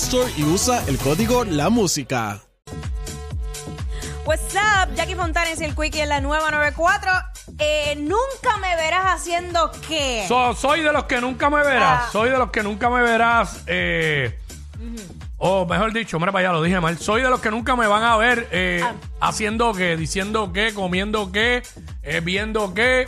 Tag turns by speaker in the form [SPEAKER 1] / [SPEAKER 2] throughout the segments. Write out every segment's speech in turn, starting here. [SPEAKER 1] Store y usa el código La Música.
[SPEAKER 2] What's up, Jackie Fontanes y el Quickie en la nueva 94. Eh, nunca me verás haciendo qué.
[SPEAKER 3] So- soy de los que nunca me verás.
[SPEAKER 2] Ah.
[SPEAKER 3] Soy de los que nunca me verás. eh, O mejor dicho, mira para allá, lo dije mal. Soy de los que nunca me van a ver eh,
[SPEAKER 2] Ah.
[SPEAKER 3] haciendo qué, diciendo qué, comiendo qué, eh, viendo qué.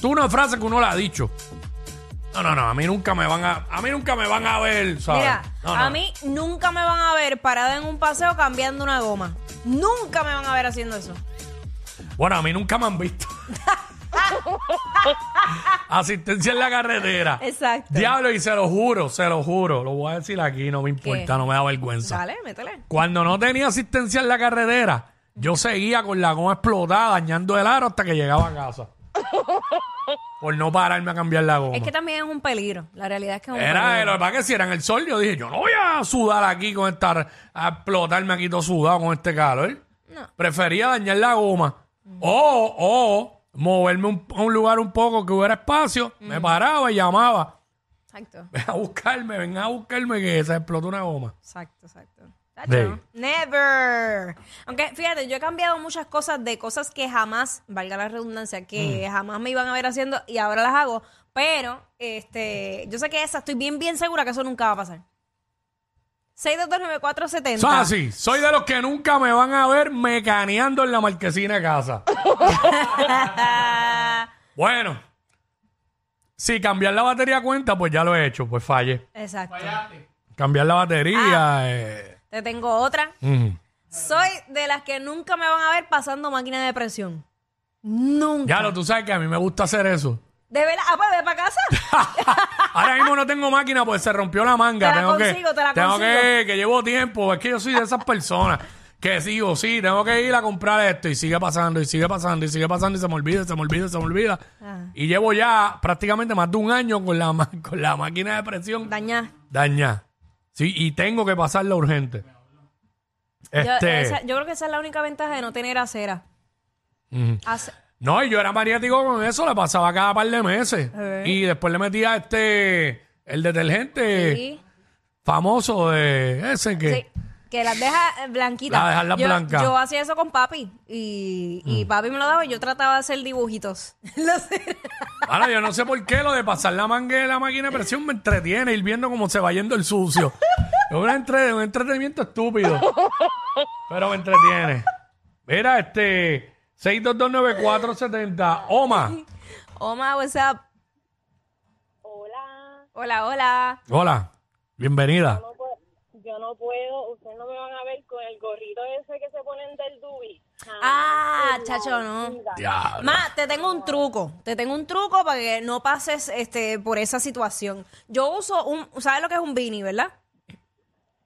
[SPEAKER 3] Tú una frase que uno la ha dicho. No, no, no, a mí nunca me van a, a mí nunca me van a ver, ¿sabes?
[SPEAKER 2] Mira,
[SPEAKER 3] No, no.
[SPEAKER 2] a mí nunca me van a ver parada en un paseo cambiando una goma. Nunca me van a ver haciendo eso.
[SPEAKER 3] Bueno, a mí nunca me han visto. Asistencia en la carretera.
[SPEAKER 2] Exacto.
[SPEAKER 3] Diablo, y se lo juro, se lo juro. Lo voy a decir aquí, no me importa,
[SPEAKER 2] ¿Qué?
[SPEAKER 3] no me da vergüenza.
[SPEAKER 2] Dale, métele.
[SPEAKER 3] Cuando no tenía asistencia en la carretera, yo seguía con la goma explotada, dañando el aro hasta que llegaba a casa. Por no pararme a cambiar la goma.
[SPEAKER 2] Es que también es un peligro. La realidad es que es un
[SPEAKER 3] Era eh,
[SPEAKER 2] peligro.
[SPEAKER 3] lo que pasa es que si era en el sol, yo dije, yo no voy a sudar aquí con esta, a explotarme aquí todo sudado con este calor.
[SPEAKER 2] No.
[SPEAKER 3] Prefería dañar la goma. O, o moverme un- a un lugar un poco que hubiera espacio, me paraba y llamaba.
[SPEAKER 2] Exacto,
[SPEAKER 3] Ven a buscarme, ven a buscarme que se explotó una goma.
[SPEAKER 2] exacto, exacto.
[SPEAKER 3] Sí.
[SPEAKER 2] Never. Aunque fíjate, yo he cambiado muchas cosas de cosas que jamás, valga la redundancia,
[SPEAKER 3] Mm.
[SPEAKER 2] que jamás me iban a ver haciendo y ahora las hago. Pero este, yo sé que esa, estoy bien, bien segura que eso nunca va a pasar. 6229470.
[SPEAKER 3] Eso es así. Soy de los que nunca me van a ver mecaneando en la marquesina de casa. bueno, si cambiar la batería cuenta, pues ya lo he hecho, pues falle.
[SPEAKER 2] Exacto.
[SPEAKER 3] Cambiar la batería.
[SPEAKER 2] Ah.
[SPEAKER 3] eh,
[SPEAKER 2] Te tengo otra.
[SPEAKER 3] mm.
[SPEAKER 2] Soy de las que nunca me van a ver pasando máquina de presión. Nunca.
[SPEAKER 3] Ya lo, tú sabes que a mí me gusta hacer eso.
[SPEAKER 2] De verdad. Ah, pues ve para casa.
[SPEAKER 3] Ahora mismo no tengo máquina pues se rompió la manga.
[SPEAKER 2] Te la
[SPEAKER 3] tengo
[SPEAKER 2] consigo,
[SPEAKER 3] que,
[SPEAKER 2] te la
[SPEAKER 3] tengo
[SPEAKER 2] consigo.
[SPEAKER 3] Que, que llevo tiempo. Es que yo soy de esas personas que sí o sí, tengo que ir a comprar esto y sigue pasando y sigue pasando y sigue pasando y se me olvida, se me olvida, se me olvida.
[SPEAKER 2] Ajá.
[SPEAKER 3] Y llevo ya prácticamente más de un año con la, ma- con la máquina de presión
[SPEAKER 2] Dañá.
[SPEAKER 3] dañada. Sí, y tengo que pasarla urgente.
[SPEAKER 2] Yo,
[SPEAKER 3] Este,
[SPEAKER 2] esa- yo creo que esa es la única ventaja de no tener acera.
[SPEAKER 3] ujú.
[SPEAKER 2] Ace-
[SPEAKER 3] No, y yo era maniático con eso, le pasaba cada par de meses.
[SPEAKER 2] Eh.
[SPEAKER 3] Y después le metía este el detergente
[SPEAKER 2] sí,
[SPEAKER 3] famoso de ese que
[SPEAKER 2] sí, que las deja eh, blanquitas.
[SPEAKER 3] La dejarlas
[SPEAKER 2] yo,
[SPEAKER 3] blancas. Mm.
[SPEAKER 2] Yo hacía eso con papi y, y papi me lo daba y yo trataba de hacer dibujitos. Lo sé.
[SPEAKER 3] Ahora yo no sé por qué lo de pasar la manga de la máquina de presión me entretiene ir viendo cómo se va yendo el sucio. Es un, entre- un entretenimiento estúpido. Pero me entretiene. Mira, este 6229470. Oma.
[SPEAKER 2] Oma, what's up?
[SPEAKER 4] Hola,
[SPEAKER 2] Hola, hola.
[SPEAKER 3] Hola. Bienvenida.
[SPEAKER 4] no puedo- pues, yo no puedo, ustedes no me van a ver con el gorrito ese que se ponen del dubi. Jamás
[SPEAKER 2] Ah,
[SPEAKER 4] en la
[SPEAKER 2] chacho, no.
[SPEAKER 4] vida.
[SPEAKER 3] Diablo.
[SPEAKER 2] Ma, te tengo un truco. Te tengo un truco para que no pases este, por esa situación. Yo uso un. ¿Sabes lo que es un beanie, verdad?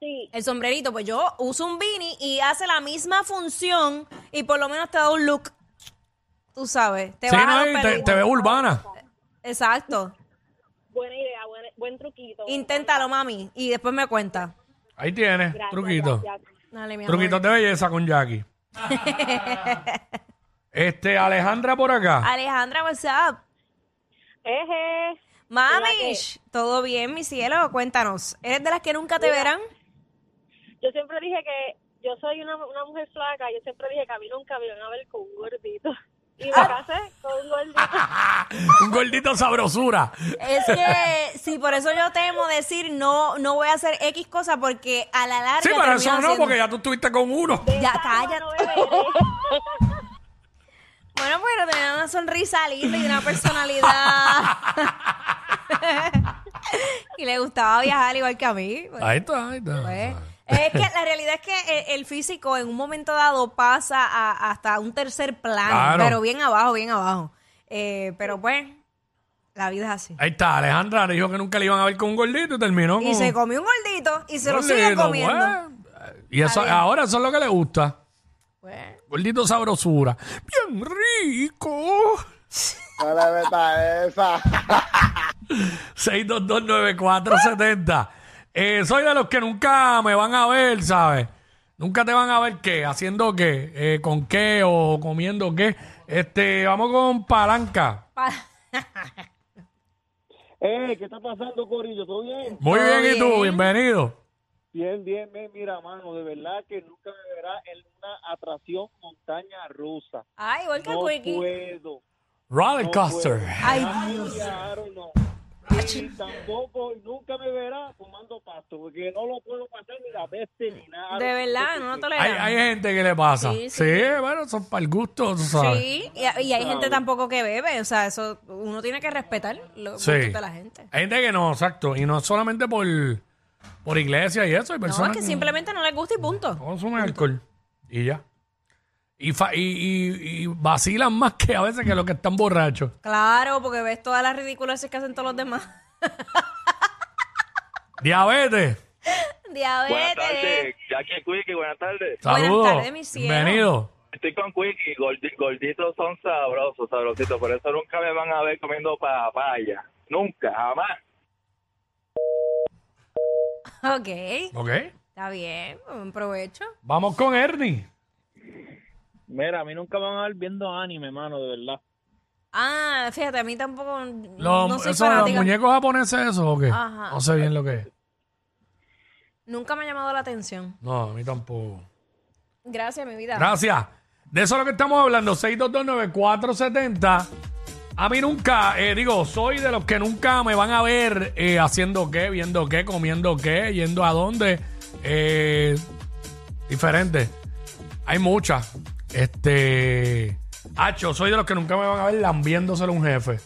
[SPEAKER 4] Sí,
[SPEAKER 2] El sombrerito. Pues yo uso un beanie y hace la misma función y por lo menos te da un look. Tú sabes. Te
[SPEAKER 3] Sí,
[SPEAKER 2] baja
[SPEAKER 3] no,
[SPEAKER 2] los
[SPEAKER 3] y te,
[SPEAKER 2] pelitos.
[SPEAKER 3] te veo urbana.
[SPEAKER 2] Exacto.
[SPEAKER 4] buena idea, buen, buen truquito.
[SPEAKER 2] Inténtalo, mami. Y después me cuenta.
[SPEAKER 3] Ahí tienes.
[SPEAKER 4] Gracias,
[SPEAKER 3] truquito.
[SPEAKER 4] gracias.
[SPEAKER 2] Dale, mi amor.
[SPEAKER 3] Truquitos de belleza con Jackie. este, Alejandra por
[SPEAKER 2] Ah.
[SPEAKER 3] acá.
[SPEAKER 2] Alejandra, what's up?
[SPEAKER 4] Eje,
[SPEAKER 2] Mami, todo bien, mi cielo. Cuéntanos. ¿Eres de las que nunca te verán?
[SPEAKER 4] yo siempre dije que yo soy una, una mujer flaca, yo siempre dije que a mí nunca me iban a ver con un gordito. Y me
[SPEAKER 5] Ah.
[SPEAKER 4] casé con un gordito.
[SPEAKER 3] Un gordito sabrosura.
[SPEAKER 2] Es que sí, por eso yo temo decir no, no voy a hacer X cosa porque a la larga.
[SPEAKER 3] Sí, pero
[SPEAKER 2] termino
[SPEAKER 3] eso no,
[SPEAKER 2] haciendo-
[SPEAKER 3] porque ya tú estuviste con uno.
[SPEAKER 2] Ya,
[SPEAKER 4] Esa
[SPEAKER 2] cállate.
[SPEAKER 4] agua no beberé.
[SPEAKER 2] Bueno, pero tenía una sonrisa linda y una personalidad. y le gustaba viajar igual que a mí. pues,
[SPEAKER 3] Ahí está, ahí está.
[SPEAKER 2] pues. Es que la realidad es que el, el físico en un momento dado pasa a- hasta un tercer plano,
[SPEAKER 3] Claro.
[SPEAKER 2] pero bien abajo, bien abajo. Eh, pero pues, la vida es así.
[SPEAKER 3] Ahí está, Alejandra le dijo que nunca le iban a ver con un gordito y terminó con
[SPEAKER 2] Y se comió un gordito y se lo
[SPEAKER 3] gordito,
[SPEAKER 2] sigue comiendo.
[SPEAKER 3] pues. Y eso, ahora eso es lo que le gusta.
[SPEAKER 2] Pues,
[SPEAKER 3] Gordito sabrosura. Bien rico.
[SPEAKER 5] No le meta esa.
[SPEAKER 3] 6229470. Eh, soy de los que nunca me van a ver, ¿sabes? Nunca te van a ver qué, haciendo qué, eh, con qué o comiendo qué. Este, vamos con palanca.
[SPEAKER 2] pa-
[SPEAKER 5] Eh, ¿qué está pasando, Corillo? ¿Todo bien?
[SPEAKER 3] Muy
[SPEAKER 2] Todo
[SPEAKER 3] bien, y tú,
[SPEAKER 2] bien.
[SPEAKER 3] bienvenido.
[SPEAKER 5] Bien, bien, bien. Mira, mano, de verdad que nunca me verá en una atracción montaña rusa.
[SPEAKER 2] Ay, Ah, igual que el
[SPEAKER 5] No
[SPEAKER 2] Quickie.
[SPEAKER 5] puedo.
[SPEAKER 3] Roller coaster.
[SPEAKER 2] Ay,
[SPEAKER 5] Ay,
[SPEAKER 2] Dios.
[SPEAKER 5] claro, no. Y tampoco, nunca me verá fumando pasto, porque no lo puedo pasar ni la peste ni nada.
[SPEAKER 2] De verdad, no lo
[SPEAKER 3] Hay,
[SPEAKER 2] toleramos.
[SPEAKER 3] hay gente que le pasa.
[SPEAKER 2] Sí,
[SPEAKER 3] Sí,
[SPEAKER 2] sí.
[SPEAKER 3] bueno, son para el gusto, tú sabes.
[SPEAKER 2] Sí, y, y hay gente tampoco que bebe, o sea, eso uno tiene que respetar los
[SPEAKER 3] Sí.
[SPEAKER 2] gustos de la gente.
[SPEAKER 3] Hay gente que no, exacto. Y no solamente por, por iglesia y eso. Hay
[SPEAKER 2] No,
[SPEAKER 3] personas
[SPEAKER 2] es que
[SPEAKER 3] que
[SPEAKER 2] simplemente no les gusta y punto.
[SPEAKER 3] consumen alcohol y ya. Y, fa- y, y- y vacilan más que a veces que los que están borrachos.
[SPEAKER 2] Claro, porque ves todas las ridiculeces que hacen todos los demás.
[SPEAKER 3] Diabetes.
[SPEAKER 6] Buenas
[SPEAKER 2] Diabetes.
[SPEAKER 6] tardes, Jackie Quickie, buenas tardes.
[SPEAKER 2] Buenas
[SPEAKER 3] Saludos.
[SPEAKER 2] tardes, mi cielo.
[SPEAKER 3] Bienvenido.
[SPEAKER 6] Estoy con Quickie, gordi- gorditos son sabrosos, sabrositos, por eso nunca me van a ver comiendo papaya. Nunca, jamás.
[SPEAKER 2] Ok,
[SPEAKER 3] Ok.
[SPEAKER 2] está bien, buen provecho.
[SPEAKER 3] Vamos con Ernie.
[SPEAKER 5] Mira, a mí nunca me van a ver viendo anime, mano, de verdad.
[SPEAKER 2] Ah, fíjate, a mí tampoco,
[SPEAKER 3] Los,
[SPEAKER 2] no soy
[SPEAKER 3] eso de los
[SPEAKER 2] fanática.
[SPEAKER 3] muñecos japoneses, eso o qué?
[SPEAKER 2] Ajá.
[SPEAKER 3] No sé bien lo que es.
[SPEAKER 2] Nunca me ha llamado la atención.
[SPEAKER 3] No, a mí tampoco.
[SPEAKER 2] Gracias, mi vida.
[SPEAKER 3] Gracias. De eso es lo que estamos hablando, 6229470. A mí nunca, eh, digo, soy de los que nunca me van a ver eh, haciendo qué, viendo qué, comiendo qué, yendo a dónde. Eh, diferente. Hay muchas. Este. Hacho, soy de los que nunca me van a ver lambiéndoselo a un jefe.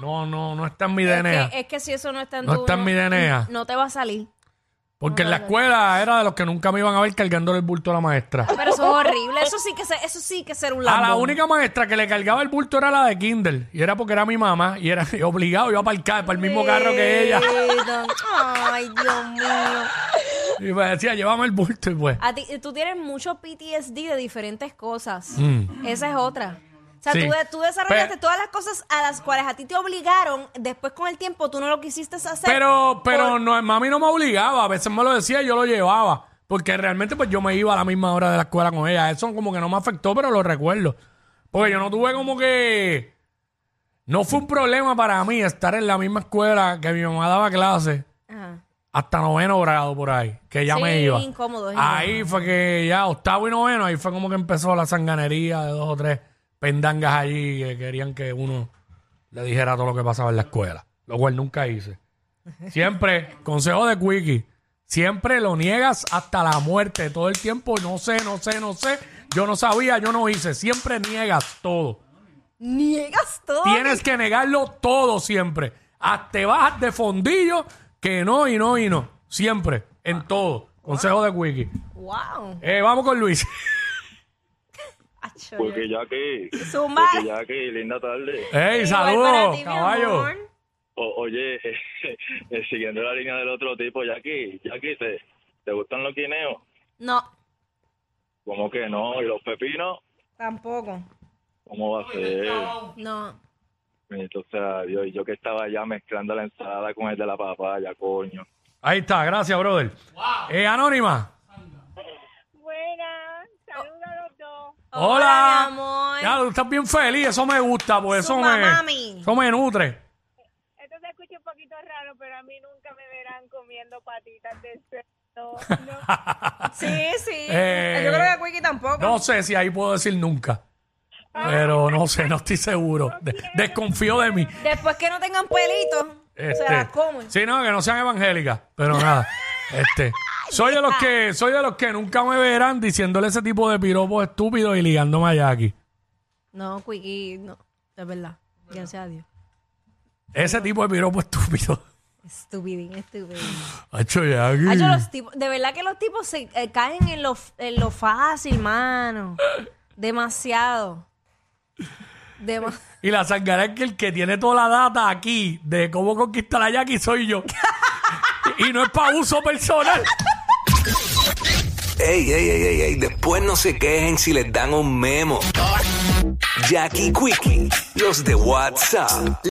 [SPEAKER 3] No, no, no está en mi
[SPEAKER 2] Es
[SPEAKER 3] DNA.
[SPEAKER 2] que, eh, es que si eso no está en
[SPEAKER 3] No
[SPEAKER 2] tu-
[SPEAKER 3] está en mi DNA.
[SPEAKER 2] No te va a salir.
[SPEAKER 3] Porque en la escuela era de los que nunca me iban a ver cargándole el bulto a la maestra.
[SPEAKER 2] Pero eso es horrible. Eso sí que se, eso sí que es ser un
[SPEAKER 3] A la
[SPEAKER 2] lambón.
[SPEAKER 3] única maestra que le cargaba el bulto era la de Kindle. Y era porque era mi mamá. Y era obligado yo a aparcar para el mismo carro que ella.
[SPEAKER 2] Bendito. Ay, Dios mío.
[SPEAKER 3] Y me decía, llévame el bulto. Y pues.
[SPEAKER 2] A ti, tú tienes mucho PTSD de diferentes cosas.
[SPEAKER 3] Mm.
[SPEAKER 2] Esa es otra. O sea,
[SPEAKER 3] Sí.
[SPEAKER 2] tú, de- tú desarrollaste
[SPEAKER 3] Pero-
[SPEAKER 2] todas las cosas a las cuales a ti te obligaron. Después, con el tiempo, tú no lo quisiste hacer.
[SPEAKER 3] Pero, pero
[SPEAKER 2] por-
[SPEAKER 3] no, mami no me obligaba. A veces me lo decía y yo lo llevaba. Porque realmente, pues yo me iba a la misma hora de la escuela con ella. Eso como que no me afectó, pero lo recuerdo. Porque yo no tuve como que. No fue un problema para mí estar en la misma escuela que mi mamá daba clases.
[SPEAKER 2] Ajá.
[SPEAKER 3] hasta noveno grado por ahí, que ya
[SPEAKER 2] Sí,
[SPEAKER 3] me iba.
[SPEAKER 2] incómodo, es
[SPEAKER 3] ahí fue que ya octavo y noveno, ahí fue como que empezó la sanganería de dos o tres pendangas allí que querían que uno le dijera todo lo que pasaba en la escuela, lo cual nunca hice. Siempre, consejo de Quickie, siempre lo niegas hasta la muerte, todo el tiempo, no sé, no sé, no sé, yo no sabía, yo no hice, siempre niegas todo.
[SPEAKER 2] Niegas todo.
[SPEAKER 3] Tienes que negarlo todo siempre. Hasta te bajas de fondillo que no y no y no. Siempre, en
[SPEAKER 2] Ah.
[SPEAKER 3] todo. Consejo de Wiki.
[SPEAKER 2] Wow.
[SPEAKER 3] Eh, vamos con Luis.
[SPEAKER 2] Acho,
[SPEAKER 6] Quickie, Jackie.
[SPEAKER 2] Zumba.
[SPEAKER 6] Quickie, Jackie, linda tarde.
[SPEAKER 2] Igual
[SPEAKER 3] ¡Ey,
[SPEAKER 2] para ti,
[SPEAKER 3] saludos,
[SPEAKER 2] mi
[SPEAKER 3] caballo!
[SPEAKER 2] amor.
[SPEAKER 6] O- oye, eh, siguiendo la línea del otro tipo, Jackie, Jackie, ¿te, te gustan los guineos?
[SPEAKER 2] No,
[SPEAKER 6] ¿Cómo que no? ¿Y los pepinos?
[SPEAKER 2] tampoco.
[SPEAKER 6] ¿Cómo va a ser?
[SPEAKER 2] No.
[SPEAKER 6] Entonces, adiós. Y yo que estaba ya mezclando la ensalada con el de la papaya, coño.
[SPEAKER 3] Ahí está, gracias, brother. Eh, Anónima.
[SPEAKER 4] Buenas, saludos a los dos.
[SPEAKER 2] Hola,
[SPEAKER 3] Hola.
[SPEAKER 2] mi amor.
[SPEAKER 3] Ya, tú estás bien feliz, eso me gusta, pues eso
[SPEAKER 2] Zumba,
[SPEAKER 3] me,
[SPEAKER 2] mami.
[SPEAKER 3] eso me nutre.
[SPEAKER 4] Esto se escucha un poquito raro, pero a mí nunca me verán comiendo patitas de cerdo. No.
[SPEAKER 2] Sí, sí.
[SPEAKER 3] Eh,
[SPEAKER 2] Yo creo que a Quickie tampoco.
[SPEAKER 3] No sé si ahí puedo decir nunca.
[SPEAKER 2] Ah.
[SPEAKER 3] Pero no sé, no estoy seguro. De- desconfío de mí.
[SPEAKER 2] Después que no tengan pelitos, se las comen.
[SPEAKER 3] Este, Sí, no, que no sean evangélicas, pero nada. Este, soy de los que soy de los que nunca me verán diciéndole ese tipo de piropos estúpidos y ligándome a Jackie.
[SPEAKER 2] No, Quiki, no. De verdad. Gracias a Dios.
[SPEAKER 3] Ese tipo de piropos estúpidos.
[SPEAKER 2] Estupidín, estupidín.
[SPEAKER 3] Hacho Jackie.
[SPEAKER 2] Hacho, los tipos- de verdad que los tipos se eh, caen en lo, en lo fácil, mano. Demasiado. Dema-
[SPEAKER 3] Y la sangara es que el que tiene toda la data aquí de cómo conquistar a Jackie soy yo. y no es para uso personal.
[SPEAKER 7] Ey, ey, ey, ey, ey, después no se quejen si les dan un memo. Jackie Quickie, los de WhatsApp.